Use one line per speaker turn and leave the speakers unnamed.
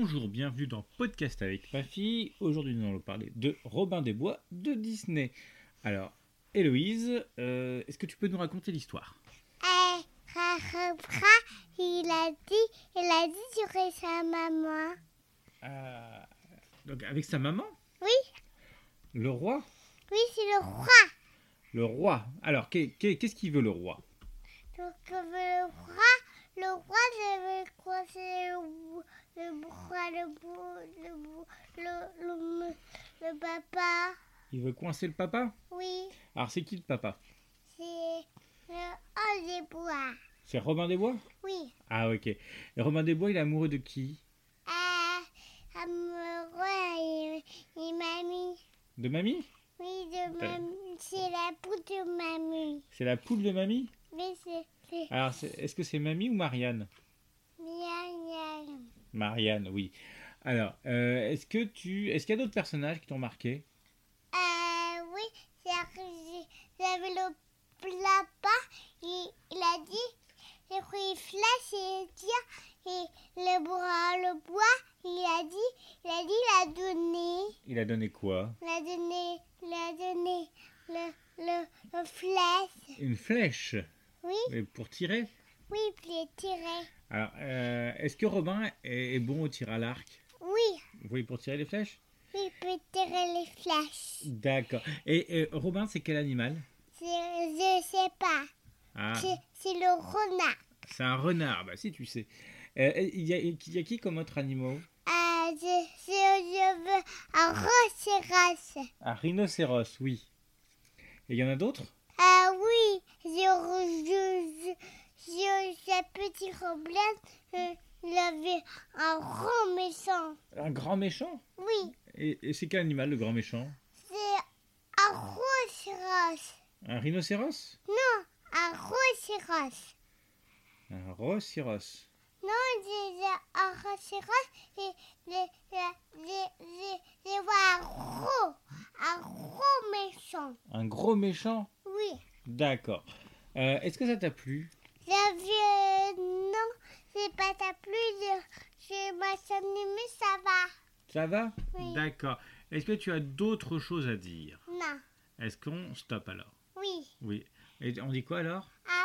Bonjour, bienvenue dans Podcast avec ma fille. Aujourd'hui, nous allons parler de Robin des Bois de Disney. Alors, Héloïse, euh, est-ce que tu peux nous raconter l'histoire
Eh, Rarabra, il a dit, il a dit sur sa maman.
Donc, avec sa maman
Oui.
Le roi
Oui, c'est le roi.
Le roi. Alors, qu'est- qu'est- qu'est-ce qu'il veut le roi
Donc euh, le roi, le roi, je veux croiser le, bou- le roi, le bou- le bou- le, le, le, le papa.
Il veut coincer le papa
Oui,
Alors, c'est qui le papa
c'est le roi des bois.
C'est Robin des Bois
Oui.
Ah, ok. Et Robin des Bois, il est amoureux de qui
Ah, amoureux, il, il m'a mis.
De mamie
Oui, de mamie. C'est la poudre de mamie.
C'est la poule de mamie
Mais c'est. c'est-
Alors, c'est- est-ce que c'est mamie ou Marianne
Miam, miam.
Marianne, oui. Alors, euh, est-ce que tu, est-ce qu'il y a d'autres personnages qui t'ont marqué
Euh, oui, j'arrive- j'avais le lapin, il, il a dit, le fruit flash, et dire, et le bois, le bois, il a dit, il a dit, il a donné,
Il a donné quoi
il a donné, il a donné le, le, le flash.
Une flèche
Oui,
mais pour tirer.
oui, puis il a tiré.
Alors, euh, est-ce que Robin est, est bon au tir à l'arc
Oui,
Vous voyez pour tirer les flèches
il peut tirer les flashs.
D'accord. Et, et Robin, c'est quel animal
Je, je sais pas,
Ah,
c'est c'est le renard.
c'est un renard. Bah si, tu sais. Euh, et Il y, a- il y a qui comme autre animal
Ah, je, je, je veux un rhinocéros.
Un rhinocéros, oui. Et il y en a d'autres
Ah oui, je, je, je, je, ce petit Robles, euh, il avait un rond méchant.
Un grand méchant
Oui,
Et, et c'est quel animal le grand méchant
c'est un rhinocéros.
Un rhinocéros
Non, un rhinocéros.
Un rhinocéros.
Non, j'ai un rhinocéros et je, je, je, je, je vois un rond, un rond méchant.
Un gros méchant
Oui.
D'accord. Euh, Est-ce que ça t'a plu
La vieux, non, c'est pas ta pluie, je, je m'assomme, mais ça va.
Ça va
Oui.
D'accord. Est-ce que tu as d'autres choses à dire
Non,
Est-ce qu'on stoppe alors
oui. ah
Oui. Et on dit quoi alors
À